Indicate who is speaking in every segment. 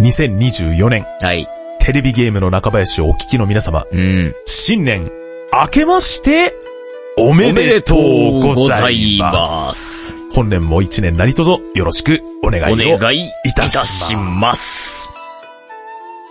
Speaker 1: 2024年、
Speaker 2: はい。
Speaker 1: テレビゲームの中林をお聞きの皆様、
Speaker 2: うん。
Speaker 1: 新年、明けまして、おめでとうございます。
Speaker 2: す。
Speaker 1: 本年も一年何卒よろしくお願い
Speaker 2: お
Speaker 1: を
Speaker 2: 願いいたします。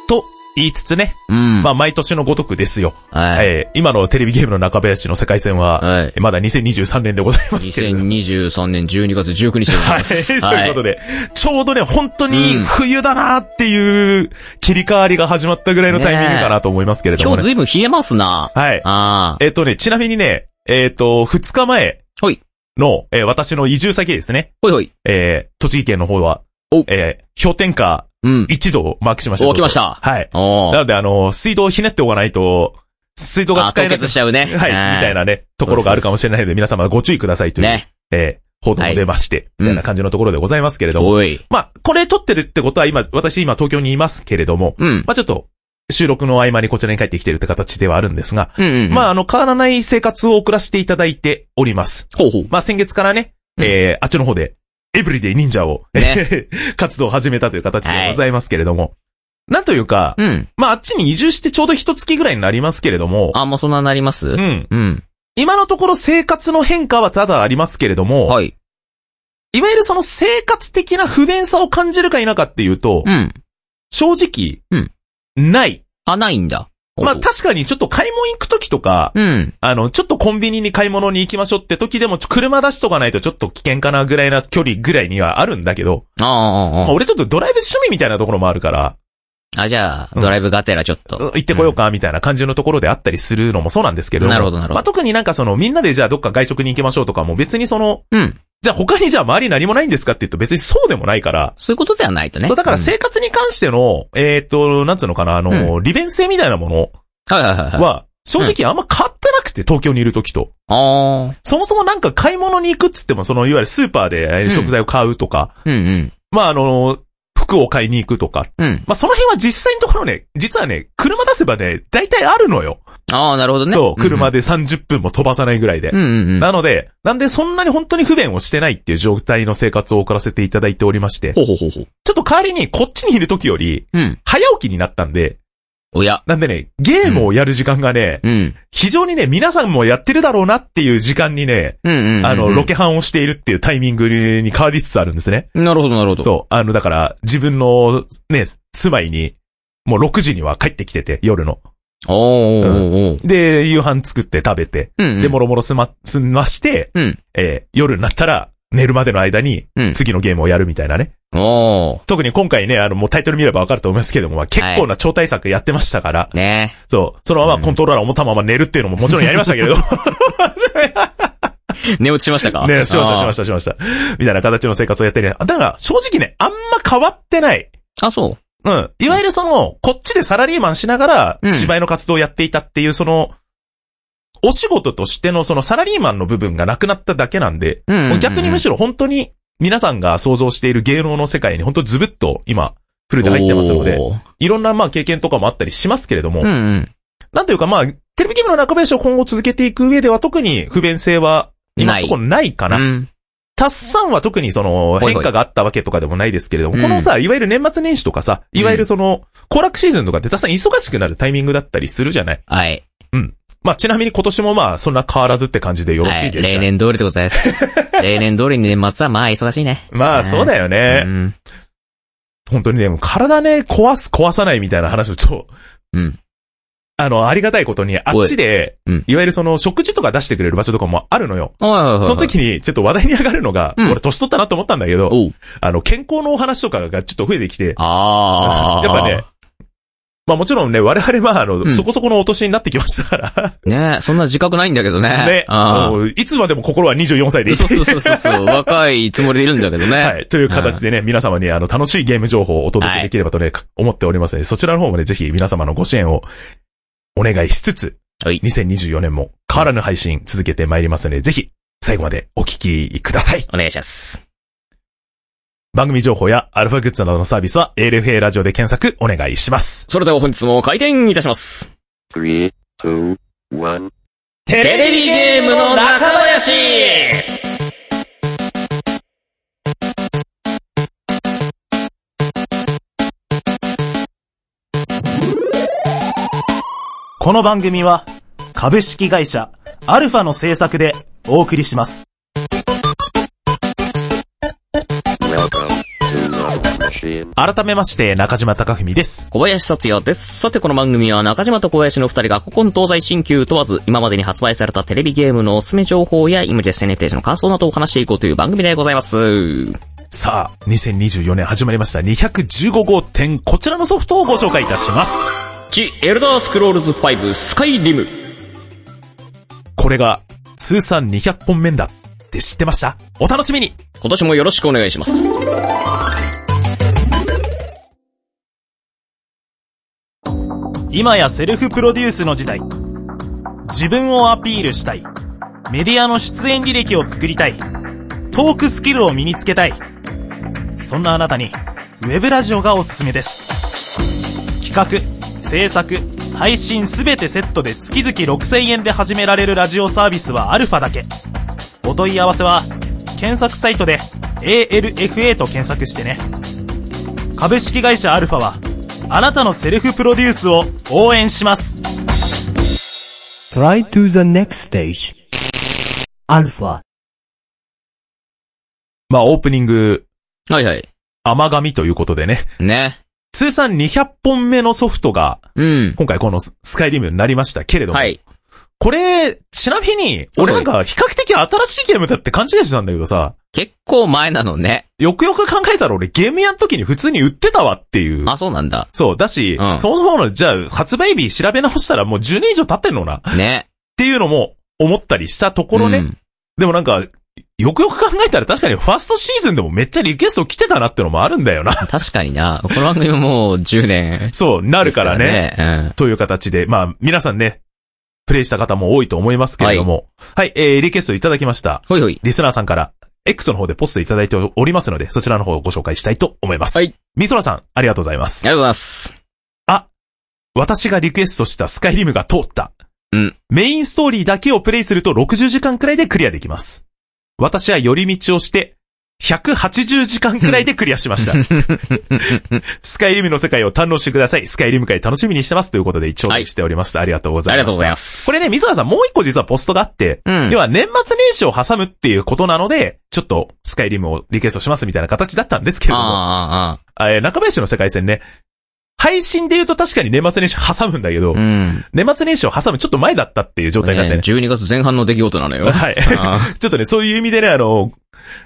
Speaker 1: と言いつつね、
Speaker 2: うん。
Speaker 1: まあ毎年のごとくですよ。
Speaker 2: はい。
Speaker 1: えー今のテレビゲームの中林の世界線は、
Speaker 2: はい
Speaker 1: まだ2023年でございますけれど。
Speaker 2: 2023年12月19日でござい
Speaker 1: はい、
Speaker 2: ま
Speaker 1: と
Speaker 2: す。
Speaker 1: いうことで、ちょうどね、本当に冬だなっていう切り替わりが始まったぐらいのタイミングかなと思いますけれど
Speaker 2: 今
Speaker 1: も
Speaker 2: 日
Speaker 1: ね。
Speaker 2: ずいぶん冷えますな。
Speaker 1: はい。
Speaker 2: あ
Speaker 1: えっ、とね、ちなみにね、えっ、と、2日前
Speaker 2: あ。ほい。
Speaker 1: の、えー私の移住先ですね、
Speaker 2: ほいほい。
Speaker 1: えー栃木県の方は
Speaker 2: お、
Speaker 1: えー氷点下
Speaker 2: うん。
Speaker 1: 1度をマークしました。
Speaker 2: お、来ました。
Speaker 1: はい。
Speaker 2: お
Speaker 1: な
Speaker 2: ー。
Speaker 1: ので、あの、水道をひねっておかないと、水道が
Speaker 2: あ、
Speaker 1: 使え
Speaker 2: 凍
Speaker 1: なく
Speaker 2: 結しちゃうね。はい
Speaker 1: はい、みたい。なね、ところがあるかもしれないので、皆様ご注意くださいという、
Speaker 2: ね。
Speaker 1: えー報道も出まして、みたいな感じのところでございますけれども、
Speaker 2: おい。
Speaker 1: まあ、これ撮ってるってことは今、私今東京にいますけれども、
Speaker 2: うん。
Speaker 1: まあちょっと、収録の合間にこちらに帰ってきてるって形ではあるんですが、
Speaker 2: うんうん。
Speaker 1: ま
Speaker 2: あ、
Speaker 1: あ、あの、変わらない生活を送らせていただいております。
Speaker 2: ほうほう。
Speaker 1: まあ、先月からね、
Speaker 2: うん
Speaker 1: えー、あっちの方で、エブリデイ忍者を、
Speaker 2: ね
Speaker 1: 活動を始めたという形でございますけれども、なんというか、
Speaker 2: うん。
Speaker 1: まあ、あっちに移住してちょうど一月ぐらいになりますけれども、
Speaker 2: あ、もうそんなになります
Speaker 1: うん。
Speaker 2: うん。
Speaker 1: 今のところ生活の変化はただありますけれども、
Speaker 2: はい。
Speaker 1: い、わゆるその生活的な不便さを感じるか否かっていうと、
Speaker 2: うん。
Speaker 1: 正直、
Speaker 2: うん
Speaker 1: ない。
Speaker 2: あ、ないんだ。ほう
Speaker 1: まあ、確かにちょっと買い物行くときとか、
Speaker 2: うん。
Speaker 1: あの、ちょっとコンビニに買い物に行きましょうって時でも、ちょ車出しとかないとちょっと危険かなぐらいな距離ぐらいにはあるんだけど、
Speaker 2: ああ、あ
Speaker 1: まあ、俺ちょっとドライブ趣味みたいなところもあるから、
Speaker 2: あ。あ、じゃあ、
Speaker 1: うん
Speaker 2: ドライブがてらちょっと。
Speaker 1: 行ってこようかみたいな感じのところであったりするのもそうなんですけど、
Speaker 2: なるほどなるほど
Speaker 1: まあ、特になんかその、みんなでじゃあどっか外食に行きましょうとかも別にその、
Speaker 2: うん。
Speaker 1: じゃあ他にじゃあ周り何もないんですかって言うと別にそうでもないから、
Speaker 2: そういうことではないとね。
Speaker 1: そうだから
Speaker 2: ん
Speaker 1: 生活に関しての、えーっと、なんつうのかな、あの、利便性みたいなも
Speaker 2: はいはいはい
Speaker 1: の
Speaker 2: はい。
Speaker 1: は、正直あんま変わってなくて、東京にいる時と。
Speaker 2: ああ。
Speaker 1: そもそもなんか買い物に行くっつっても、その、いわゆるスーパーでえ
Speaker 2: うん
Speaker 1: ー食材を買うとか、
Speaker 2: うんうん。
Speaker 1: まああの、服を買いに行くとか。
Speaker 2: うん。
Speaker 1: まあその辺は実際のところね、実はね、車出せばね、大体あるのよ。
Speaker 2: ああ、なるほどね。
Speaker 1: そう、車
Speaker 2: で。
Speaker 1: で30分も飛ばさないぐらいで
Speaker 2: う。んうんうん。
Speaker 1: なので、なんでそんなに本当に不便をしてないっていう状態の生活を送らせていただいておりまして、
Speaker 2: ほうほうほうほ
Speaker 1: ちょ
Speaker 2: う。
Speaker 1: っと代わりにこっちにいる時より、
Speaker 2: うん。
Speaker 1: 早起きになったんで、
Speaker 2: おや。
Speaker 1: なんでね、ゲームをやる時間がね、
Speaker 2: うん。
Speaker 1: 非常にね、皆さんもやってるだろうなっていう時間にね、
Speaker 2: うんうんうん。
Speaker 1: あの、ロ
Speaker 2: ケ。
Speaker 1: ケハンをしているっていうタイミングに変わりつつあるんですね。
Speaker 2: なるほどなるほど。
Speaker 1: そう。あの、だから、自分の、ね、住まいに、もう6時には帰ってきてて、夜の。
Speaker 2: おーおーおー。
Speaker 1: で、夕飯作って食べて、
Speaker 2: うんうん。
Speaker 1: で、もろもろ済ま、済まして、
Speaker 2: うん。
Speaker 1: えー夜になったら、寝るまでの間に
Speaker 2: うん、
Speaker 1: 次のゲームをやるみたいなね。
Speaker 2: おー。
Speaker 1: 特に今回ね、あの、もうタイトル見ればわかると思いますけども、まあ結構な超大作やってましたから、
Speaker 2: ね
Speaker 1: そう。そのままコントローラーを持ったまま寝るっていうのももちろんやりましたけれ ども。
Speaker 2: え。寝落ちしました か
Speaker 1: ね、しました、しま
Speaker 2: し
Speaker 1: した、しました。みたいな形の生活をやってるね。だから、正直ね、あんま変わってない。
Speaker 2: た。あ、そう。
Speaker 1: うん。いわゆるその、こっちでサラリーマンしなが
Speaker 2: う
Speaker 1: ら、
Speaker 2: ん
Speaker 1: 芝居の活動をやっていたっていう、その、お仕事としてのそのサラリーマンの部分がなくなっただけなんで、
Speaker 2: うんうんうん
Speaker 1: 逆にむしろ本当に皆さんが想像している芸能の世界に本当ずぶっと今、フルで入ってますので、
Speaker 2: おー
Speaker 1: いろんなまあ経験とかもあったりしますけれども、
Speaker 2: うんうん。
Speaker 1: なんというかまあ、テレビゲームの中林を今後続けていく上では特に不便性は今のところないかな。
Speaker 2: うん。
Speaker 1: タッサンは特にその
Speaker 2: ほいほい
Speaker 1: 変化があったわけとかでもないですけれども、
Speaker 2: うん
Speaker 1: このさ、いわゆる年末年始とかさ、いわゆるその、行楽シーズンとかってタッサン忙しくなるタイミングだったりするじゃない。
Speaker 2: はい。
Speaker 1: まあちなみに今年もまあそんな変わらずって感じでよろ
Speaker 2: は
Speaker 1: しい
Speaker 2: い。
Speaker 1: ですか、
Speaker 2: 例年通りでござい ます。例年通りに年末はまあ忙しいね。
Speaker 1: まあそうだよね。
Speaker 2: うん。
Speaker 1: 本当にね、もう体ね、壊す壊さないみたいな話をちょっと、
Speaker 2: うん。
Speaker 1: あの、ありがたいことに、あっちで、
Speaker 2: おいうん
Speaker 1: いわゆるその食事とか出してくれる場所とかもあるのよ。
Speaker 2: はいはいはいはい。
Speaker 1: その時に、ちょっと話題に上がるのが、
Speaker 2: うん
Speaker 1: 俺年取ったなと思ったんだけど、
Speaker 2: おう。
Speaker 1: あの、健康のお話とかがちょっと増えてきて、
Speaker 2: ああ。
Speaker 1: やっぱね。、まあもちろんね、我々は、あの、
Speaker 2: ん
Speaker 1: そこそこのお年になってきましたから、
Speaker 2: ねそんな自覚ないんだけどね。
Speaker 1: ね、あ
Speaker 2: あ
Speaker 1: の、いつまでも心は24歳で
Speaker 2: あ。
Speaker 1: いて
Speaker 2: そうそうそうそうそう。若いつもりでいるんだけどね。
Speaker 1: はい。という形でね、皆様にあの、楽しいゲーム情報をお届けできればとね、思っておりますので、そちらの方もね、ぜひ皆様のご支援をお願いしつつ、
Speaker 2: はい
Speaker 1: 2024年も変わらぬ配信続けてまいりますので、ぜひ、最後までお聞きください。
Speaker 2: お願いします。
Speaker 1: 番組情報やアルファグッズなどのサービスは ALFA ラジオで検索お願いします。
Speaker 2: それでは本日も開店いたします。
Speaker 3: Three, two, one.
Speaker 1: テ
Speaker 2: テレビゲームの中林
Speaker 4: この番組は、株式会社、アルファの制作でお送りします。
Speaker 3: Welcome to Love Machine.
Speaker 1: 改めまして、中島貴文です。
Speaker 2: 小林達也です。さてこの番組は中島と小林の二人が古今東西新旧問わず、今までに発売されたテレビゲームのおすすめ情報やイメージ SNS ページの感想などをお話していこうという番組でございます。
Speaker 1: さあ、2024年始まりました215号店、こちらのソフトをご紹介いたします。
Speaker 2: ジ・エルダースクロールズ5スカイリム。
Speaker 1: これが、通算200本目だって知ってましたお楽しみに
Speaker 2: 今年もよろしくお願いします。
Speaker 4: 今やセルフプロデュースの時代。自分をアピールしたい。メディアの出演履歴を作りたい。トークスキルを身につけたい。そんなあなたに、ウェブラジオがおすすめです。企画、制作、配信すべてセットで月々6000円で始められるラジオサービスはアルファだけ。お問い合わせは、検索サイトで ALFA と検索してね。株式会社アルファは、あなたのセルフプロデュースを応援します。
Speaker 5: Try to the next stage. Alpha.
Speaker 1: まあ、オープニング、
Speaker 2: はいはい。
Speaker 1: 甘神ということでね、
Speaker 2: ね。
Speaker 1: 通算200本目のソフトが、
Speaker 2: うん。
Speaker 1: 今回このススカイリムになりましたけれども、
Speaker 2: はい。
Speaker 1: これ、ちなみに、俺なんか比較的新しいゲームだって勘違いしてたんだけどさ、
Speaker 2: 結構前なのね。
Speaker 1: よくよく考えたら俺ゲームやん時に普通に売ってたわっていう。
Speaker 2: あ、そうなんだ。
Speaker 1: そう、だし、
Speaker 2: うん
Speaker 1: そもそもの、じゃあ、発売日調べ直したらもう10年以上経ってんのかなっ
Speaker 2: ね。
Speaker 1: ていうのも思ったりしたところね。
Speaker 2: うん
Speaker 1: でもなんか、よくよく考えたら確かにファーストシーズンでもめっちゃリクエスト来てたなってのもあるんだ よな。
Speaker 2: 確かにな。この番組ももう10年。
Speaker 1: そう、なるからね。
Speaker 2: ですからね。
Speaker 1: という形で、まあ、皆さんね、プレイした方も多いと思いますけれども。はい、えー、リクエストいただきました。
Speaker 2: うん。ほいほい。
Speaker 1: リスナーさんから、X の方でポストいただいておりますので、そちらの方をご紹介したいと思います。
Speaker 2: はい。
Speaker 1: みそらさん、ありがとうございます。
Speaker 2: ありがとうございます。
Speaker 1: 私がリクエストしたスカイリムが通った。
Speaker 2: うん
Speaker 1: メインストーリーだけをプレイすると60時間くらいでクリアできます。私は寄り道をして、180時間くらいでクリアしました。 スカイリムの世界を堪能してください。スカイリム界楽しみにしてます。ということで、頂戴しておりました。ありがとうござ
Speaker 2: あ
Speaker 1: い
Speaker 2: り
Speaker 1: ま
Speaker 2: が
Speaker 1: す。
Speaker 2: とうござい
Speaker 1: ま
Speaker 2: ます。
Speaker 1: す。これね、水原さん、もう一個実はポストがあって、
Speaker 2: うん
Speaker 1: 要。は年末年始を挟むっていうことなので、ちょっとスカイリムをリクエストしますみたいな形だったんですけれ
Speaker 2: ああ
Speaker 1: ども、
Speaker 2: あ
Speaker 1: えー中林の世界線ね、配信で言うと確かに年末年始挟むんだけど、
Speaker 2: あああ。うん。
Speaker 1: 年末年始を挟むちょっと前だったっていう状態だったよ
Speaker 2: ね
Speaker 1: ね。
Speaker 2: 12月前半の出来事なのよ。
Speaker 1: はい。
Speaker 2: あ
Speaker 1: ちょっとね、そういう意味でね、あの、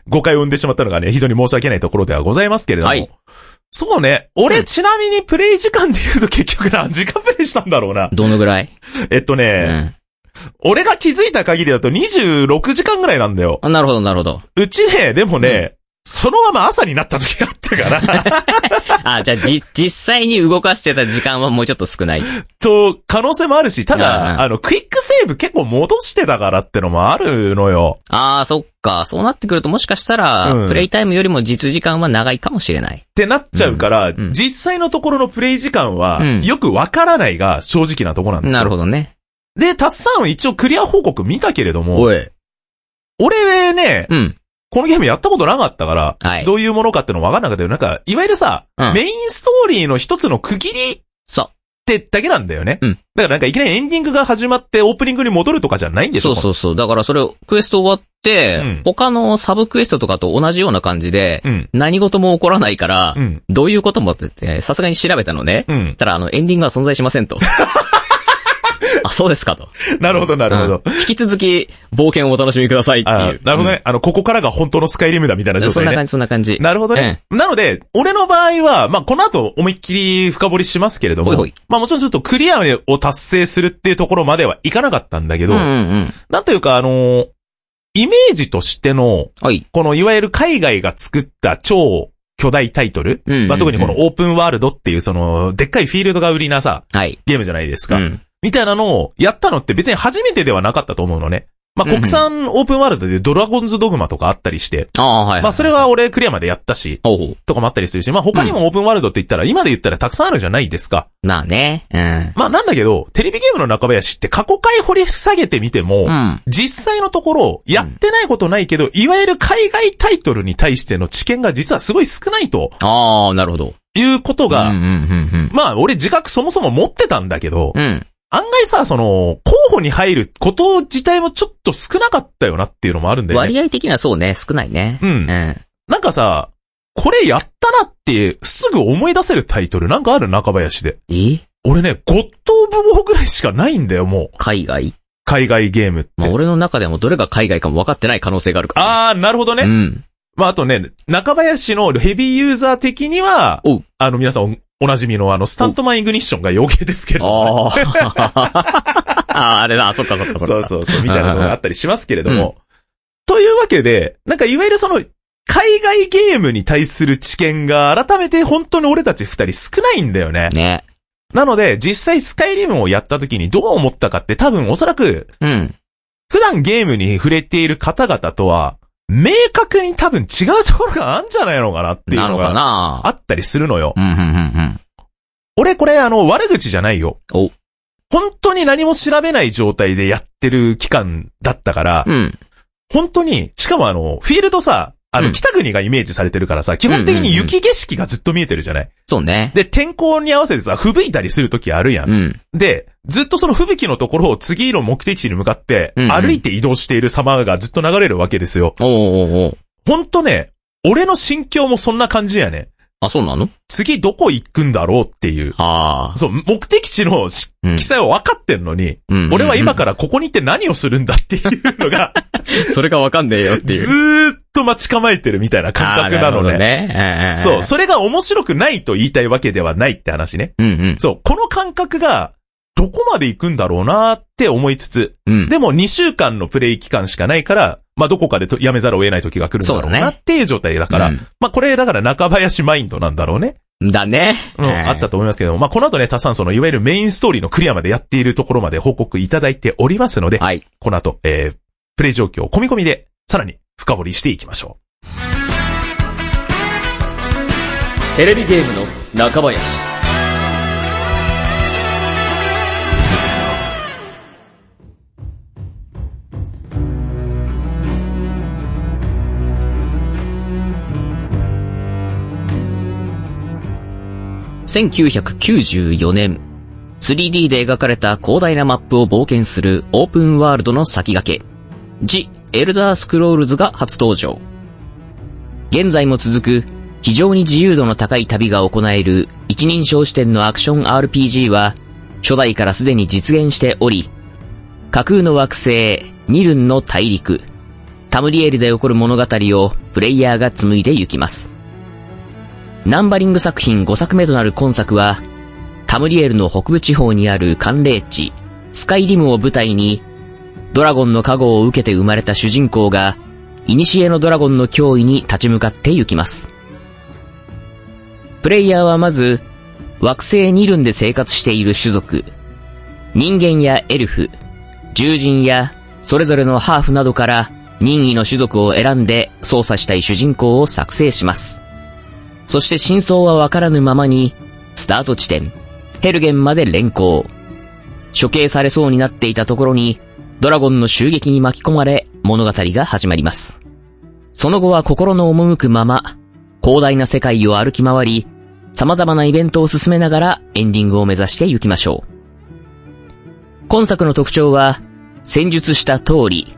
Speaker 1: 誤解を生んでしまったのがね、非常に申し訳ないところではございますけれども。
Speaker 2: はい
Speaker 1: そうね、俺、
Speaker 2: うん
Speaker 1: ちなみにプレイ時間で言うと結局何時間プレイしたんだろうな
Speaker 2: あ。どのぐらい
Speaker 1: えっと
Speaker 2: う
Speaker 1: ね、
Speaker 2: ん。
Speaker 1: 俺が気づいた限りだと26時間ぐらいなんだよ。
Speaker 2: あなるほど、なるほど。
Speaker 1: うちね、でもね、そのまま朝になった時があったから、
Speaker 2: あ、じゃあ、じ、実際に動かしてた時間はもうちょっと少ない。
Speaker 1: と、可能性もあるし、た
Speaker 2: うんう
Speaker 1: だ、
Speaker 2: ん
Speaker 1: あの、クイックセーブ結構戻してたからってのもあるのよ。
Speaker 2: ああ、そっか。そうなってくるともしかしたら、
Speaker 1: うん
Speaker 2: プレイタイムよりも実時間は長いかもしれない。
Speaker 1: ってなっちゃうから、
Speaker 2: んうん
Speaker 1: 実際のところのプレイ時間は、
Speaker 2: うん
Speaker 1: よくわからないが正直なところなんですよ。
Speaker 2: なるほどね。
Speaker 1: で、タッサン一応クリア報告見たけれども、
Speaker 2: おい。
Speaker 1: 俺ね、
Speaker 2: うん。
Speaker 1: このゲームやったことなかったから、
Speaker 2: はい
Speaker 1: どういうものかってのわかんなかったよ。なんか、いわゆるさ、
Speaker 2: うん
Speaker 1: メインストーリーの一つの区切りっ
Speaker 2: そ
Speaker 1: てだけなんだよね。
Speaker 2: うん
Speaker 1: だからなんかいきなりエンディングが始まってオープニングに戻るとかじゃないん
Speaker 2: う。
Speaker 1: でし
Speaker 2: そ
Speaker 1: ょ
Speaker 2: うそうそう。だからそれを、クエスト終わって、
Speaker 1: うん
Speaker 2: 他のサブクエストとかと同じような感じで、
Speaker 1: うん
Speaker 2: 何事も起こらないから、
Speaker 1: うん。
Speaker 2: どういうこともってって、さすがに調べたのね。
Speaker 1: うん。
Speaker 2: たら、あの、エンディングは存在しませ んと。あ、そうですかと。
Speaker 1: なるほど、なるほど。
Speaker 2: うん引き続き、冒険をお楽しみくださいって
Speaker 1: あ
Speaker 2: い
Speaker 1: ー
Speaker 2: う。
Speaker 1: なるほどね、あの、ここからが本当のスカイリムだみたいな
Speaker 2: うん。
Speaker 1: 状
Speaker 2: そん
Speaker 1: 態
Speaker 2: な
Speaker 1: ね
Speaker 2: 感。じ、そんな感じ。
Speaker 1: なるほどね。なので、俺の場合は、まあ、この後思いっきり深掘りしますけれども、
Speaker 2: ほいほい
Speaker 1: まあ、もちろんちょっとクリアを達成するっていうところまではいかなかったんだけ
Speaker 2: う
Speaker 1: ど、
Speaker 2: んうんうん。
Speaker 1: なんというか、あのーイメージとしての、
Speaker 2: はい。
Speaker 1: このいわゆる海外が作った超巨大タイトル、
Speaker 2: うんうんうん
Speaker 1: まあ、特にこのオープンワールドっていうその、でっかいフィールドが売りなさ、
Speaker 2: はい。
Speaker 1: ゲームじゃないです
Speaker 2: う
Speaker 1: か。
Speaker 2: ん。
Speaker 1: みたいなのをやったのって別に初めてではなかったと思うのね。まあ、国産オープンワールドでドラゴンズドグマとかあったりして、
Speaker 2: ああ、はい。
Speaker 1: まあ、それは俺クリアまでやったし、
Speaker 2: ほうほう。
Speaker 1: とかもあったりするし、まあ他にもオープンワールドって言ったら、今で言ったらたくさんあるじゃないですか。
Speaker 2: まあね。うん。
Speaker 1: まあなんだけど、テレビゲームの中林って過去回掘り下げてみても、
Speaker 2: うん。
Speaker 1: 実際のところ、やってないことないけど、いわゆる海外タイトルに対しての知見が実はすごい少ないと
Speaker 2: ああ、なるほど。
Speaker 1: いうことが、
Speaker 2: うんうんうんうん。
Speaker 1: まあ俺自覚そもそも持ってたんだけど、
Speaker 2: うん。
Speaker 1: 案外さ、その、候補に入ること自体もちょっと少なかったよなっていうのもあるんだよね。
Speaker 2: 割合的にはそうね、少ないね。
Speaker 1: うんなんかさ、これやったなって、すぐ思い出せるタイトルなんかある中林で。
Speaker 2: え
Speaker 1: 俺ね、ゴッド・オブ・ウォーぐらいしかないんだよ、もう。
Speaker 2: 海外
Speaker 1: 海外ゲームって。
Speaker 2: まあ、俺の中でもどれが海外かも分かってない可能性があるから。あ、
Speaker 1: あー、なるほどね。
Speaker 2: うん。
Speaker 1: まあ、あとね、中林のヘビーユーザー的には
Speaker 2: おう、
Speaker 1: あの、皆さんお、お馴染みのあの、スタントマンイグニッションが余計ですけれどもね、
Speaker 2: ああ。ああれだ、そっかそっかそっか。
Speaker 1: そうそうそう、みたいなのがあったりしますけれども。というわけで、なんかいわゆるその、海外ゲームに対する知見が改めて本当に俺たち二人少ないんだよね。
Speaker 2: ね。
Speaker 1: なので、実際スカイリムをやった時にどう思ったかって多分おそらく、
Speaker 2: うん。
Speaker 1: 普段ゲームに触れている方々とは、明確に多分違うところがあるんじゃないのかなっていう
Speaker 2: な
Speaker 1: の
Speaker 2: のか
Speaker 1: が
Speaker 2: な
Speaker 1: あったりするのよ。
Speaker 2: うん、うん、うん、
Speaker 1: 俺これあの悪口じゃないよ。
Speaker 2: お
Speaker 1: 本当に何も調べない状態でやってる期間だったから、
Speaker 2: うん。うん。
Speaker 1: 本当に、しかもあの、フィールドさ、あ
Speaker 2: う
Speaker 1: の、
Speaker 2: ん
Speaker 1: 北国がイメージされてるからさ、基本的に雪景色がずっと見えてるじゃない
Speaker 2: そうね。
Speaker 1: で、天候に合わせてさ、吹雪いたりする時あるやん
Speaker 2: う。ん。
Speaker 1: で、ずっとその吹雪のところを次の目的地に向かって、
Speaker 2: うんうん
Speaker 1: 歩いて移動している様がずっと流れるわけですよ。
Speaker 2: おうおうおう
Speaker 1: ほんとね、俺の心境もそんな感じやね。
Speaker 2: あ、そうなの
Speaker 1: 次どこ行くんだろうっていう。
Speaker 2: ああ。
Speaker 1: そう、目的地のし
Speaker 2: うん
Speaker 1: 記載を分かってんのに、
Speaker 2: うん
Speaker 1: 俺は今からここに行って何をするんだっていうのが、
Speaker 2: それがわかんねえよっていう。
Speaker 1: ずーっと待ち構えてるみたいな感覚なの
Speaker 2: あーるほど
Speaker 1: ね。
Speaker 2: ね。ええ
Speaker 1: そう、それが面白くないと言いたいわけではないって話ね。
Speaker 2: うんうん。
Speaker 1: そう、この感覚が、どこまで行くんだろうなーって思いつつ、
Speaker 2: うん。
Speaker 1: でも2週間のプレイ期間しかないから、まあどこかでとやめざるを得ない時が来るんだろう
Speaker 2: そうだ
Speaker 1: な
Speaker 2: ね
Speaker 1: っていう状態だから、まあこれだから中林マインドなんだろうね。
Speaker 2: うんだね。
Speaker 1: うん、あったと思いますけども、まあこの後ね、たさんそのいわゆるメインストーリーのクリアまでやっているところまで報告いただいておりますので、
Speaker 2: はい。
Speaker 1: この後、えー、プレイ状況を込み込みで、さらに深掘りしていきましょ
Speaker 2: テレビゲームの中林。1994年、3D で描かれた広大なマップを冒険するオープンワールドの先駆け、ジ・エルダースクロールズが初登場。現在も続く、非常に自由度の高い旅が行える一人称視点のアクション RPG は、初代からすでに実現しており、架空の惑星、ニルンの大陸、タムリエルで起こる物語をプレイヤーが紡いでゆきます。ナンバリング作品5作目となる今作は、タムリエルの北部地方にある寒冷地、スカイリムを舞台に、ドラゴンの加護を受けて生まれた主人公が、古のドラゴンの脅威に立ち向かってゆきます。プレイヤーはまず、惑星ニルンで生活している種族、人間やエルフ、獣人やそれぞれのハーフなどから任意の種族を選んで操作したい主人公を作成します。そして真相はわからぬままに、スタート地点、ヘルゲンまで連行。処刑されそうになっていたところに、ドラゴンの襲撃に巻き込まれ、物語が始まります。その後は心の赴くまま、広大な世界を歩き回り、様々なイベントを進めながらエンディングを目指して行きましょう。今作の特徴は、戦術した通り、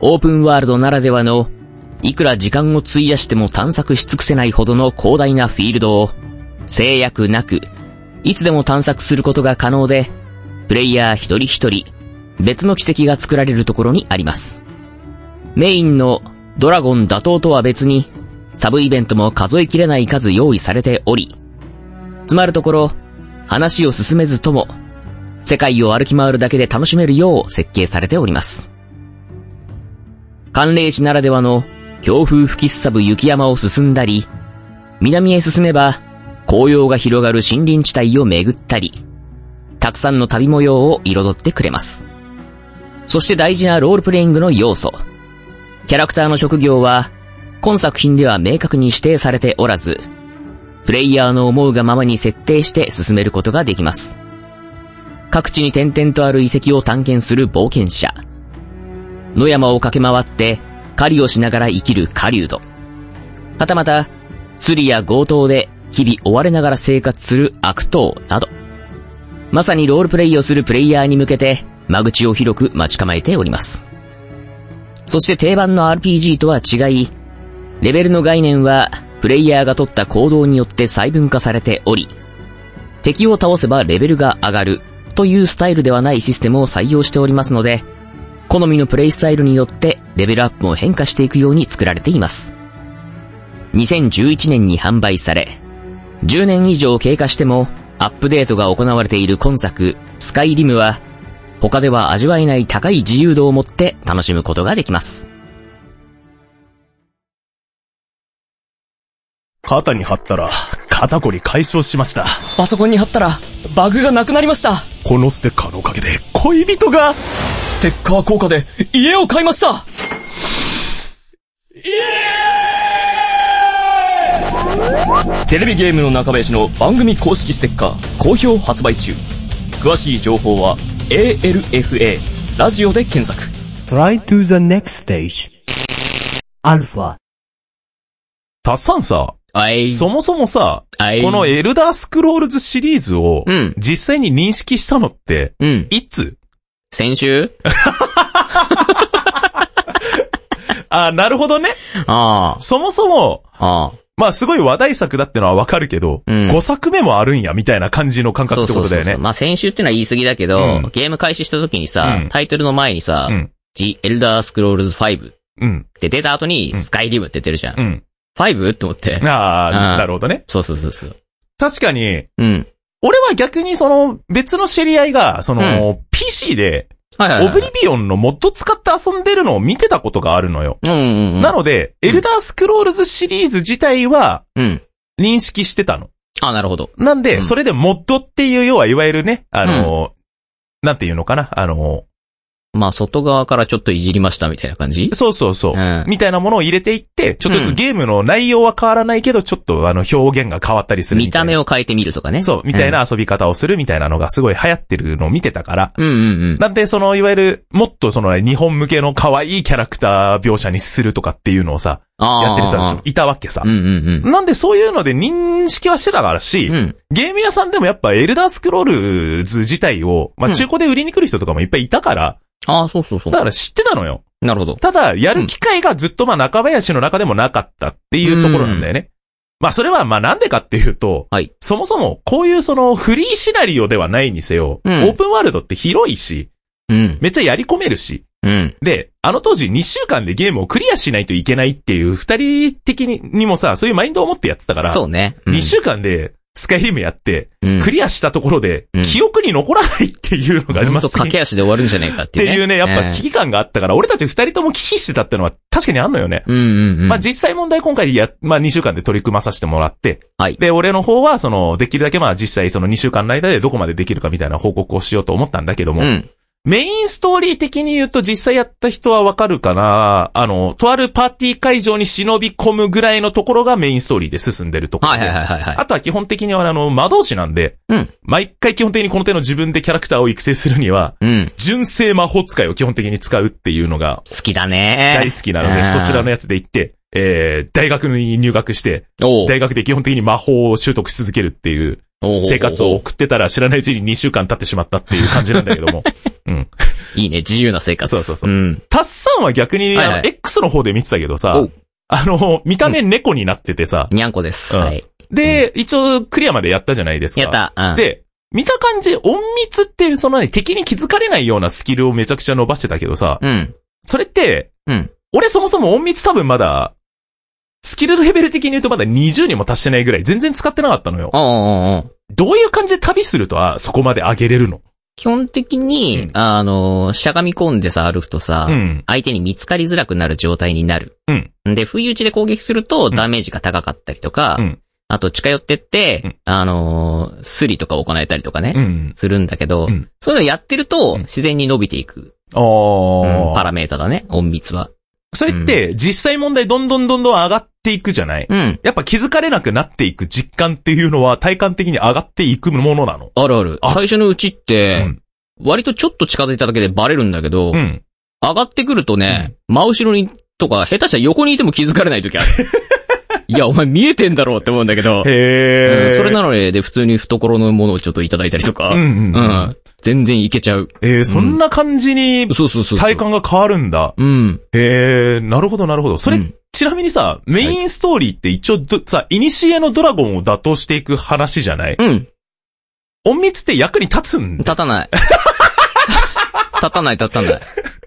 Speaker 2: オープンワールドならではの、いくら時間を費やしても探索し尽くせないほどの広大なフィールドを、制約なく、いつでも探索することが可能で、プレイヤー一人一人、別の奇跡が作られるところにあります。メインのドラゴン打倒とは別に、サブイベントも数えきれない数用意されており、つまるところ、話を進めずとも、世界を歩き回るだけで楽しめるよう設計されております。寒冷地ならではの強風吹きすさぶ雪山を進んだり、南へ進めば紅葉が広がる森林地帯を巡ったり、たくさんの旅模様を彩ってくれます。そして大事なロールプレイングの要素。キャラクターの職業は、今作品では明確に指定されておらず、プレイヤーの思うがままに設定して進めることができます。各地に点々とある遺跡を探検する冒険者。野山を駆け回って狩りをしながら生きる狩人。はたまた、釣りや強盗で日々追われながら生活する悪党など。まさにロールプレイをするプレイヤーに向けて、間口を広く待ち構えております。そして定番の RPG とは違い、レベルの概念は、プレイヤーが取った行動によって細分化されており、敵を倒せばレベルが上がるというスタイルではないシステムを採用しておりますので、好みのプレイスタイルによってレベルアップも変化していくように作られています。2011年に販売され、10年以上経過してもアップデートが行われている今作、スカイリムは、他では味わえない高い自由度を持って楽しむことができます。
Speaker 1: 肩に貼ったら、肩こり解消しました。
Speaker 6: パソコンに貼ったら、バグがなくなりました。
Speaker 1: このステッカーのおかげで、恋人が、
Speaker 6: ステッカー効果で、家を買いましたテレビゲームの中林の番組公式ステッカー、好評発売中。詳しい情報は、ALFA、ラジオで検索。
Speaker 5: Try to the next stage. Alpha.
Speaker 1: たっさんさ、
Speaker 2: あい
Speaker 1: そもそもさ、
Speaker 2: はい
Speaker 1: このエルダースクロールズシリーズを
Speaker 2: うん、
Speaker 1: 実際に認識したのって、
Speaker 2: うん。
Speaker 1: いつ
Speaker 2: 先週
Speaker 1: あ、なるほどね。
Speaker 2: あ
Speaker 1: そもそも、
Speaker 2: あ、あ
Speaker 1: まあすごい話題作だってのはわかるけど、
Speaker 2: うん
Speaker 1: 5作目もあるんや、みたいな感じの感
Speaker 2: あ。
Speaker 1: 覚ってことだよね。
Speaker 2: まあ先週ってのは言い過ぎだけど、
Speaker 1: うん
Speaker 2: ゲーム開始した時にさ、
Speaker 1: うん
Speaker 2: タイトルの前にさ、
Speaker 1: うん
Speaker 2: The Elder Scrolls 5っ
Speaker 1: うん、
Speaker 2: て出た後に、
Speaker 1: うん
Speaker 2: スカイリムって出るじゃん。
Speaker 1: うん。
Speaker 2: 5? って思って。
Speaker 1: あ
Speaker 2: う
Speaker 1: あ、
Speaker 2: ん
Speaker 1: なるほどね。
Speaker 2: そうそうそうそう。
Speaker 1: 確かに、
Speaker 2: うん。
Speaker 1: 俺は逆にその、別の知り合いが、その、PC で、
Speaker 2: はいはい、はい。
Speaker 1: オブリビオンのモッド使って遊んでるのを見てたことがあるのよ。
Speaker 2: うんうんうん。
Speaker 1: なので、エルダースクロールズシリーズ自体は
Speaker 2: うん。
Speaker 1: 認識してたの。
Speaker 2: あ、なるほど。
Speaker 1: なん
Speaker 2: う
Speaker 1: で、
Speaker 2: ん
Speaker 1: それでモッドっていう、要はいわゆるね、あの、なんていうのかな、あの、
Speaker 2: まあ外側からちょっといじりましたみたいな感じ
Speaker 1: そうそうそう
Speaker 2: う、ん。
Speaker 1: みたいなものを入れていって、ちょっとず
Speaker 2: う
Speaker 1: つ
Speaker 2: ん
Speaker 1: ゲームの内容は変わらないけど、ちょっとあの、表現が変わったりする
Speaker 2: 見
Speaker 1: みた
Speaker 2: た
Speaker 1: いな。
Speaker 2: 目を変えてみるとかね。
Speaker 1: そう、みたいな遊び方をするみたいなのがすごい流行ってるのを見てたから、
Speaker 2: うん。うんうんうん。
Speaker 1: なんで、その、いわゆる、もっとその、日本向けの可愛いキャラクター描写にするとかっていうのをさ、
Speaker 2: ああ。
Speaker 1: やってる人たちもいたわけさ
Speaker 2: うん。うん
Speaker 1: なんでそういうので認識はしてたからし、
Speaker 2: うん。うん。
Speaker 1: ゲーム屋さんでもやっぱエルダースクロールズ自体を、ま
Speaker 2: う
Speaker 1: あ
Speaker 2: ん
Speaker 1: 中古で売りに来る人とかもいっぱいいたから、
Speaker 2: ああ、そうそうそう
Speaker 1: だ。から知ってたのよ。
Speaker 2: なるほど。
Speaker 1: ただ、やる機会がずっとまあ中林の中でもなかったっていうところなんだよね。まあそれはまあなんでかっていうと、
Speaker 2: はい
Speaker 1: そもそもこういうそのフリーシナリオではないにせよ、
Speaker 2: うん
Speaker 1: オープンワールドって広いし、
Speaker 2: うん。
Speaker 1: めっちゃやり込めるし、
Speaker 2: うん。
Speaker 1: で、あの当時2週間でゲームをクリアしないといけないっていう二人的ににもさ、そういうマインドを持ってやってたから、
Speaker 2: そうね。うん
Speaker 1: 2週間でスカイリムやって、
Speaker 2: うん
Speaker 1: クリアしたところで
Speaker 2: うん、
Speaker 1: 記憶に残らないっていうのがあり
Speaker 2: ほん
Speaker 1: ます
Speaker 2: と
Speaker 1: ね。
Speaker 2: 駆
Speaker 1: っ
Speaker 2: け足で終わるんじゃないかって
Speaker 1: て
Speaker 2: いうね。
Speaker 1: いうね、やっぱ
Speaker 2: え
Speaker 1: 危機感があったから、俺たち二人とも危機してたってのは確かにあんのよね。
Speaker 2: えうんうんうん。
Speaker 1: まあ実際問題今回や、まあ2週間で取り組まさせてもらって、
Speaker 2: はい。
Speaker 1: で、俺の方はその、できるだけまあ実際その2週間の間でどこまでできるかみたいな報告をしようと思ったんだけども、
Speaker 2: うん。
Speaker 1: メインストーリー的に言うと実際やった人はわかるかなあの、とあるパーティー会場に忍び込むぐらいのところがメインストーリーで進んでるところ
Speaker 2: は
Speaker 1: で。
Speaker 2: いはいはいはいはい。
Speaker 1: あとは基本的にはあの、魔導士なんで、
Speaker 2: うん。
Speaker 1: 毎回基本的にこの手の自分でキャラクターを育成するには、
Speaker 2: うん。
Speaker 1: 純正魔法使いを基本的に使うっていうのが
Speaker 2: 好きだね。
Speaker 1: 大好きなの
Speaker 2: え
Speaker 1: で、
Speaker 2: ー
Speaker 1: そちらのやつで行って、えー、大学に入学して、
Speaker 2: おう
Speaker 1: 大学で基本的に魔法を習得し続けるっていう
Speaker 2: おう
Speaker 1: 生活を。送ってたら知らないうちに2週間経ってしまったっていう感じなんだけど も。うん。
Speaker 2: いいね、自由な生活。
Speaker 1: そうそうそ
Speaker 2: うん。
Speaker 1: タッサンは逆に、
Speaker 2: はいは
Speaker 1: あ
Speaker 2: い
Speaker 1: の X の方で見てたけど
Speaker 2: お
Speaker 1: さ
Speaker 2: う、
Speaker 1: あの、見た目猫になっててさ、
Speaker 2: にゃんこです。
Speaker 1: うん
Speaker 2: はい。
Speaker 1: で、一応クリアまでやったじゃないですか。
Speaker 2: やった。うん。
Speaker 1: で、見た感じ、隠密っていう、そのね、敵に気づかれないようなスキルをめちゃくちゃ伸ばしてたけどさ、
Speaker 2: うん。
Speaker 1: それって、
Speaker 2: うん
Speaker 1: 俺そもそも隠密多分まだ、スキルレベル的に言うとまだ20にも達してないぐらい全然使ってなかったのよ。
Speaker 2: おうおうおう
Speaker 1: どういう感じで旅するとは、そこまで上げれるの
Speaker 2: 基本的に、
Speaker 1: うん
Speaker 2: あの、しゃがみ込んでさ、歩くとさ、
Speaker 1: うん。
Speaker 2: 相手に見つかりづらくなる状態になる。で、不意打ちで攻撃すると
Speaker 1: ん
Speaker 2: ダメージが高かったりとか、
Speaker 1: うん
Speaker 2: あと近寄ってって、
Speaker 1: うん
Speaker 2: あのースリとかを行えたりとかね、
Speaker 1: うん。
Speaker 2: するんだけど、
Speaker 1: うん
Speaker 2: そういうのやってると、
Speaker 1: うん
Speaker 2: 自然に伸びていく、
Speaker 1: あー
Speaker 2: うんパラメータだね、隠密は。
Speaker 1: それって、実際問題どんどんどんどん上がっていくじゃない、
Speaker 2: うん。
Speaker 1: やっぱ気づかれなくなっていく実感っていうのは体感的に上がっていくものなの。
Speaker 2: あるある。
Speaker 1: あ
Speaker 2: 最初のうちって、
Speaker 1: うん
Speaker 2: 割とちょっと近づいただけでバレるんだけど、
Speaker 1: うん。
Speaker 2: 上がってくるとね、真後ろにとか、下手したら横にいても気づかれない時ある。いや、お前見えてんだろうって思うんだけど、
Speaker 1: へ
Speaker 2: う
Speaker 1: え。
Speaker 2: んそれなので、で、普通に懐のものをちょっといただいたりとか、
Speaker 1: うんうんうん
Speaker 2: 全然いけちゃう。
Speaker 1: えー、そんな感じに
Speaker 2: そうそうそうそう。
Speaker 1: 体感が変わるんだ。
Speaker 2: うん。
Speaker 1: へえ、なるほどなるほど。それ、
Speaker 2: うん
Speaker 1: ちなみにさ、メインストーリーって一応ど、さ、イニシエのドラゴンを打倒していく話じゃない
Speaker 2: うん。
Speaker 1: 隠密って役に立つんだ。
Speaker 2: 立 たない。立たない、立たない。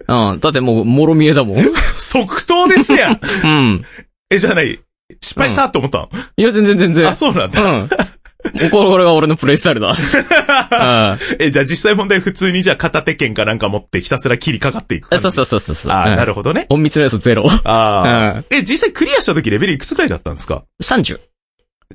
Speaker 2: うん。だってもう、もろ見えだもん。う
Speaker 1: 即答ですや ん
Speaker 2: ん。
Speaker 1: え、じゃない。失敗したって思ったの、
Speaker 2: いや、全然全然。
Speaker 1: あ、そうなん
Speaker 2: う
Speaker 1: だ。
Speaker 2: ん。もうこれこれが俺のプレイス タイルだ。うん
Speaker 1: え、じゃあ実際問題普通にじゃあ片手剣かなんか持ってひたすら切りかかっていく
Speaker 2: え
Speaker 1: 感じ。
Speaker 2: そうそうそうそうそう。
Speaker 1: あーなる
Speaker 2: ほ
Speaker 1: ほどね。
Speaker 2: ど。隠密の要素ゼロ。
Speaker 1: ああ。
Speaker 2: うん。
Speaker 1: え、実際クリアした時レベルいくつくらいだったんですか
Speaker 2: 30。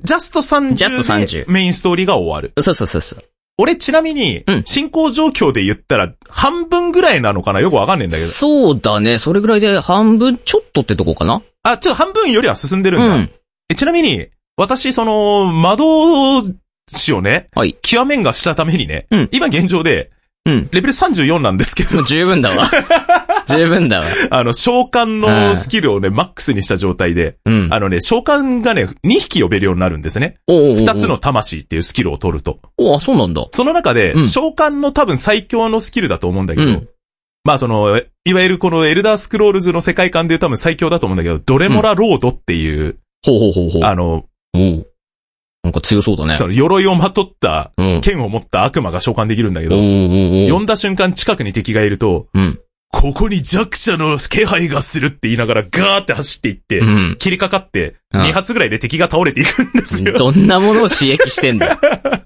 Speaker 1: ジャスト30で
Speaker 2: ジャスト30
Speaker 1: メインストーリーが終わる。
Speaker 2: そうそうそうそう。
Speaker 1: 俺ちなみに
Speaker 2: うん、
Speaker 1: 進行状況で言ったら半分ぐらいなのかなよくわかんねえんだけど。
Speaker 2: そうだね。それぐらいで半分ちょっとってとこかな
Speaker 1: あ、ちょっと半分よりは進んでるん
Speaker 2: う
Speaker 1: だ。
Speaker 2: ん。
Speaker 1: えちなみに、私、その、魔導士をね、
Speaker 2: はい。
Speaker 1: 極めんがしたためにね、
Speaker 2: うん
Speaker 1: 今現状で、
Speaker 2: うん。
Speaker 1: レベル34なんですけど
Speaker 2: も、う十分だわ。十分だわ。
Speaker 1: あの、召喚
Speaker 2: う
Speaker 1: の
Speaker 2: ん
Speaker 1: スキルをね、マックスにした状態で、
Speaker 2: うん。
Speaker 1: あのね、召喚がね、2匹呼べるようになるんですね。
Speaker 2: おうおうおう
Speaker 1: 2つの。魂っていうスキルを取ると。
Speaker 2: おあ、そうなんだ。
Speaker 1: その中で、
Speaker 2: うん
Speaker 1: 召喚の多分最強のスキルだと思うんだけど、
Speaker 2: うん
Speaker 1: まあその、いわゆるこのエルダースクロールズの世界観で多分最強だと思うんだけど、ドレモラロードっていう、
Speaker 2: ほうほうほうほう。
Speaker 1: あの、
Speaker 2: おうなんか強そうだね。
Speaker 1: その鎧をまとった
Speaker 2: うん。
Speaker 1: 剣を持った悪魔が召喚できるんだけ
Speaker 2: おうお
Speaker 1: ど、
Speaker 2: うおう
Speaker 1: 呼んだ瞬間近くに敵がいると、
Speaker 2: うん。
Speaker 1: ここに弱者の気配がするって言いながらガーって走っていって、
Speaker 2: うん。
Speaker 1: 切りかかって、
Speaker 2: うん
Speaker 1: 2発ぐらいで敵が倒れていくんですよ。
Speaker 2: どんなものを刺激してんだ よ。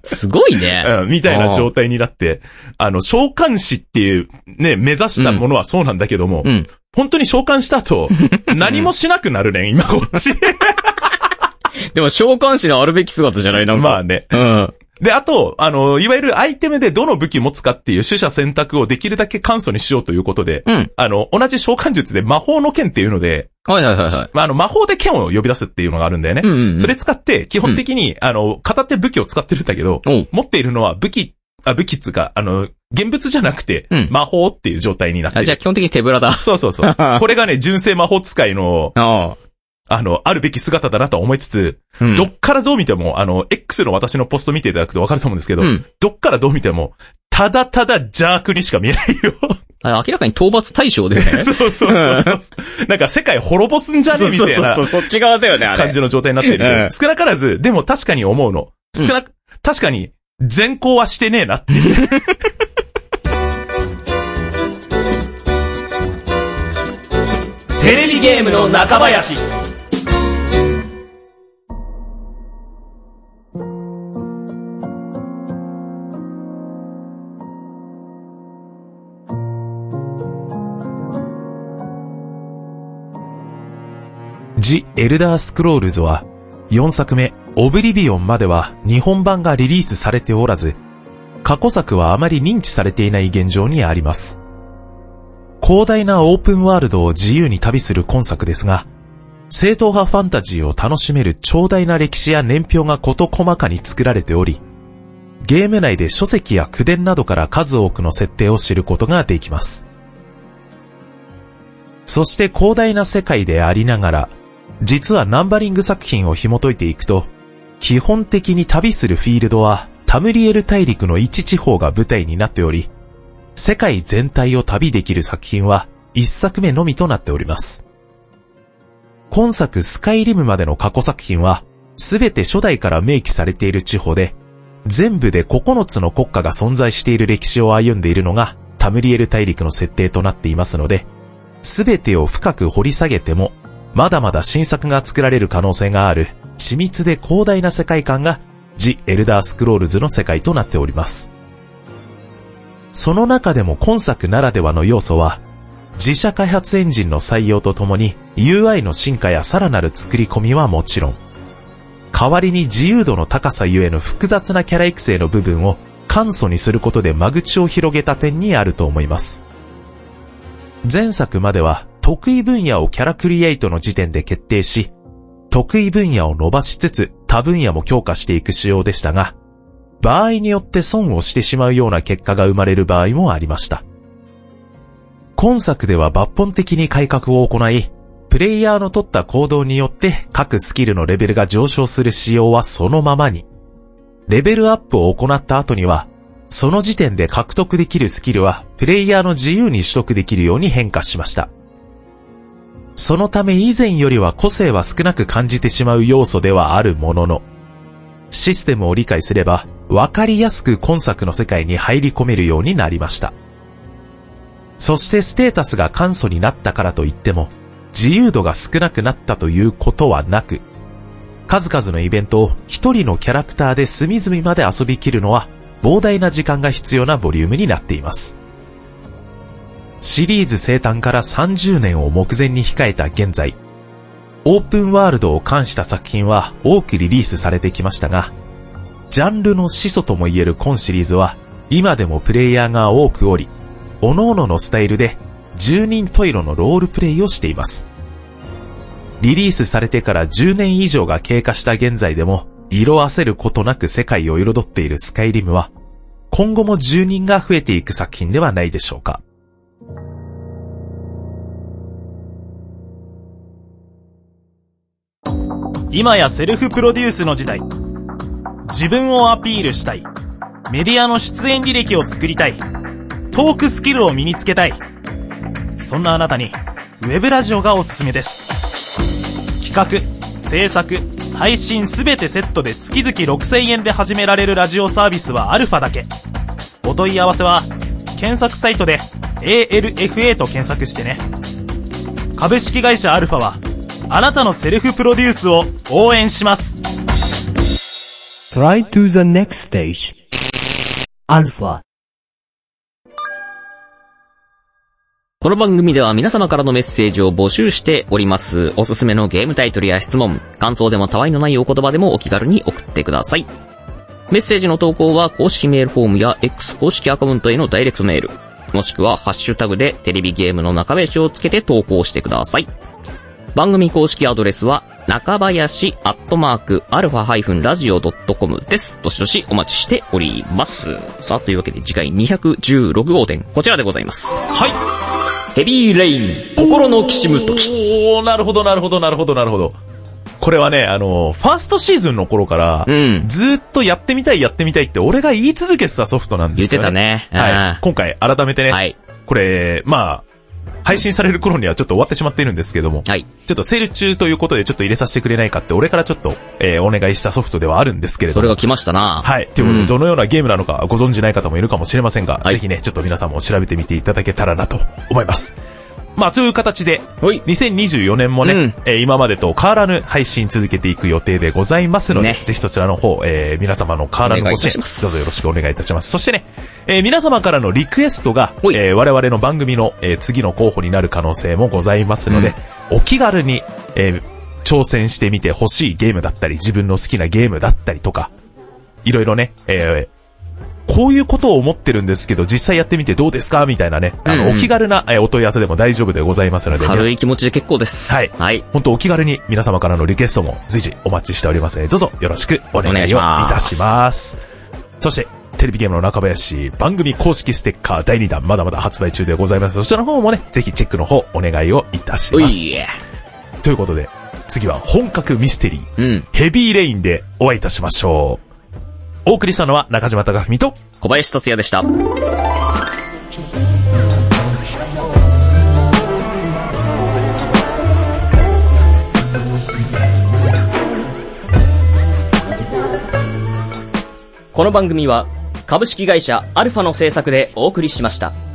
Speaker 2: すごいね。
Speaker 1: うんみたいな状態になって、あの、召喚師っていう、ね、目指したものはそうなんだけども、
Speaker 2: うん。
Speaker 1: 本当に召喚した 後、何もしなくなるね、今こっち。
Speaker 2: でも召喚師のあるべき姿じゃないな、
Speaker 1: まあ。ね。
Speaker 2: うん。
Speaker 1: で、あと、あの、いわゆるアイテムでどの武器持つかっていう取捨選択をできるだけ簡素にしようということで、
Speaker 2: うん。
Speaker 1: あの、同じ召喚術で魔法の剣っていうので、
Speaker 2: はいはいはいは
Speaker 1: まあ、あの、魔法で剣を呼び出すっていうのがあるんだよね。
Speaker 2: い。うんうんうん。
Speaker 1: それ使って、基本的に、あの、片手武器を使ってるんだけど、
Speaker 2: おう
Speaker 1: 持っているのは武器、あ、武器っつうか、あの、現物じゃなくて
Speaker 2: うん、
Speaker 1: 魔法っていう状態になって
Speaker 2: あ、
Speaker 1: る。
Speaker 2: じゃあ基本的に手ぶらだ。
Speaker 1: そうそう そう。これがね、純正魔法使いの、
Speaker 2: あ
Speaker 1: あの、あるべき姿だなとは思いつつ、
Speaker 2: あ。うん
Speaker 1: どっからどう見ても、あの、X の私のポスト見ていただくとわかると思うんですけど、
Speaker 2: うん。
Speaker 1: どっからどう見ても、ただただ邪悪にしか見えないよ。
Speaker 2: あ明らかに討伐対象だよね。
Speaker 1: そうそうそうそ う。なんか世界滅ぼすんじゃねみたいな
Speaker 2: う、そっち側だよね、あ
Speaker 1: 感じの状態になっているけど
Speaker 2: ええ
Speaker 1: 少なからず、でも確かに思うの。少な、確かに、善行はしてねえなっていう。
Speaker 6: テレビゲームの中林
Speaker 1: ジ・エルダースクロールズは、4作目、オブリビオンまでは日本版がリリースされておらず、過去作はあまり認知されていない現状にあります。広大なオープンワールドを自由に旅する今作ですが、正統派ファンタジーを楽しめる長大な歴史や年表が事細かに作られており、ゲーム内で書籍や口伝などから数多くの設定を知ることができます。そして広大な世界でありながら、実はナンバリング作品を紐解いていくと、基本的に旅するフィールドはタムリエル大陸の一地方が舞台になっており、世界全体を旅できる作品は一作目のみとなっております。今作スカイリムまでの過去作品は、すべて初代から明記されている地方で、全部で9つの国家が存在している歴史を歩んでいるのがタムリエル大陸の設定となっていますので、すべてを深く掘り下げても、まだまだ新作が作られる可能性がある、緻密で広大な世界観が、ジ・エルダースクロールズの世界となっております。その中でも今作ならではの要素は、自社開発エンジンの採用とともに UI の進化やさらなる作り込みはもちろん、代わりに自由度の高さゆえの複雑なキャラ育成の部分を簡素にすることで間口を広げた点にあると思います。前作までは得意分野をキャラクリエイトの時点で決定し、得意分野を伸ばしつつ他分野も強化していく仕様でしたが、場合によって損をしてしまうような結果が生まれる場合もありました。今作では抜本的に改革を行い、プレイヤーの取った行動によって各スキルのレベルが上昇する仕様はそのままに。レベルアップを行った後には、その時点で獲得できるスキルはプレイヤーの自由に取得できるように変化しました。そのため以前よりは個性は少なく感じてしまう要素ではあるものの、システムを理解すれば、わかりやすく今作の世界に入り込めるようになりました。そしてステータスが簡素になったからといっても、自由度が少なくなったということはなく、数々のイベントを一人のキャラクターで隅々まで遊びきるのは、膨大な時間が必要なボリュームになっています。シリーズ生誕から30年を目前に控えた現在、オープンワールドを冠した作品は多くリリースされてきましたが、ジャンルの始祖とも言える今シリーズは、今でもプレイヤーが多くおり、各々のスタイルで、10人トイロのロールプレイをしています。リリースされてから10年以上が経過した現在でも、色褪せることなく世界を彩っているスカイリムは、今後も住人が増えていく作品ではないでしょうか。
Speaker 4: 今やセルフプロデュースの時代。自分をアピールしたい。メディアの出演履歴を作りたい。トークスキルを身につけたい。そんなあなたに、ウェブラジオがおすすめです。企画、制作、配信すべてセットで月々6000円で始められるラジオサービスはアルファだけ。お問い合わせは、検索サイトで ALFA と検索してね。株式会社アルファは、あなたのセルフプロデュースを応援します。
Speaker 5: Try to the next stage. Alpha.
Speaker 2: この番組では皆様からのメッセージを募集しております。おすすめのゲームタイトルや質問、感想でもたわいのないお言葉でもお気軽に送ってください。メッセージの投稿は公式メールフォームや X 公式アカウントへのダイレクトメール、もしくはハッシュタグでテレビゲームの中林をつけて投稿してください。番組公式アドレスは、中林アットマークアルファラジオ .com です。どしどしお待ちしております。さあ、というわけで次回216号店、こちらでございます。
Speaker 1: はい。
Speaker 2: ヘビーレイン、心のきしむとき。
Speaker 1: おー、なるほど、なるほど、なるほど、なるほど。これはね、あの、ファーストシーズンの頃から、
Speaker 2: うん
Speaker 1: ずーっとやってみたい、やってみたいって、俺が言い続けてたソフトなん
Speaker 2: 言
Speaker 1: で
Speaker 2: っ
Speaker 1: す
Speaker 2: て
Speaker 1: よ
Speaker 2: た
Speaker 1: ね。
Speaker 2: ね。
Speaker 1: はい。今回、改めて
Speaker 2: う
Speaker 1: ね、
Speaker 2: んはい。
Speaker 1: これ、まあ、配信される頃にはちょっと終わってしまっているんですけども、
Speaker 2: はい。
Speaker 1: ちょっとセール中ということでちょっと入れさせてくれないかって、俺からちょっと、えーお願いしたソフトではあるんですけれど
Speaker 2: そ
Speaker 1: も
Speaker 2: れが来ましたな。
Speaker 1: はい。ということ
Speaker 2: う
Speaker 1: で、
Speaker 2: ん
Speaker 1: どのようなゲームなのかご存知ない方もいるかもしれませんが、
Speaker 2: はい
Speaker 1: ぜひね、ちょっと皆さんも調べてみていただけたらなと思います。まあ、という形で、
Speaker 2: はい
Speaker 1: 2024年もね、
Speaker 2: うん
Speaker 1: えー今までと変わらぬ配信続けていく予定でございますので、
Speaker 2: ね
Speaker 1: ぜひそちらの方、えー皆様の変わらぬご支援、
Speaker 2: お願いいたします
Speaker 1: どうぞよろしくお願いいたします。そしてね、えー皆様からのリクエストが、
Speaker 2: はい
Speaker 1: えー我々の番組の、えー次の候補になる可能性もございますので、お気軽に、えー挑戦してみて欲しいゲームだったり、自分の好きなゲームだったりとか、いろいろね、えーこういうことを思ってるんですけど、実際やってみてどうですかみたいなね、あの、
Speaker 2: うんうん
Speaker 1: お気軽な、えーお問い合わせでも大丈夫でございますので、
Speaker 2: 軽い気持ちで結構です。
Speaker 1: はい
Speaker 2: はい。
Speaker 1: 本当お気軽に皆様からのリクエストも随時お待ちしておりますので、どうぞよろしくお願いをいたし
Speaker 2: お願いしま
Speaker 1: ますす。そして、テレビゲームの中林番組公式ステッカー第2弾まだまだ発売中でございます。そちらの方もね、ぜひチェックの方お願いをいたし
Speaker 2: お
Speaker 1: ます。
Speaker 2: いえ。
Speaker 1: ということで、次は本格ミステリー、
Speaker 2: うん。
Speaker 1: ヘビーレインでお会いいたしましょう。お送りしたのは中島貴文と、
Speaker 2: 小林達也でした。
Speaker 6: この番組は株式会社アルファの制作でお送りしました。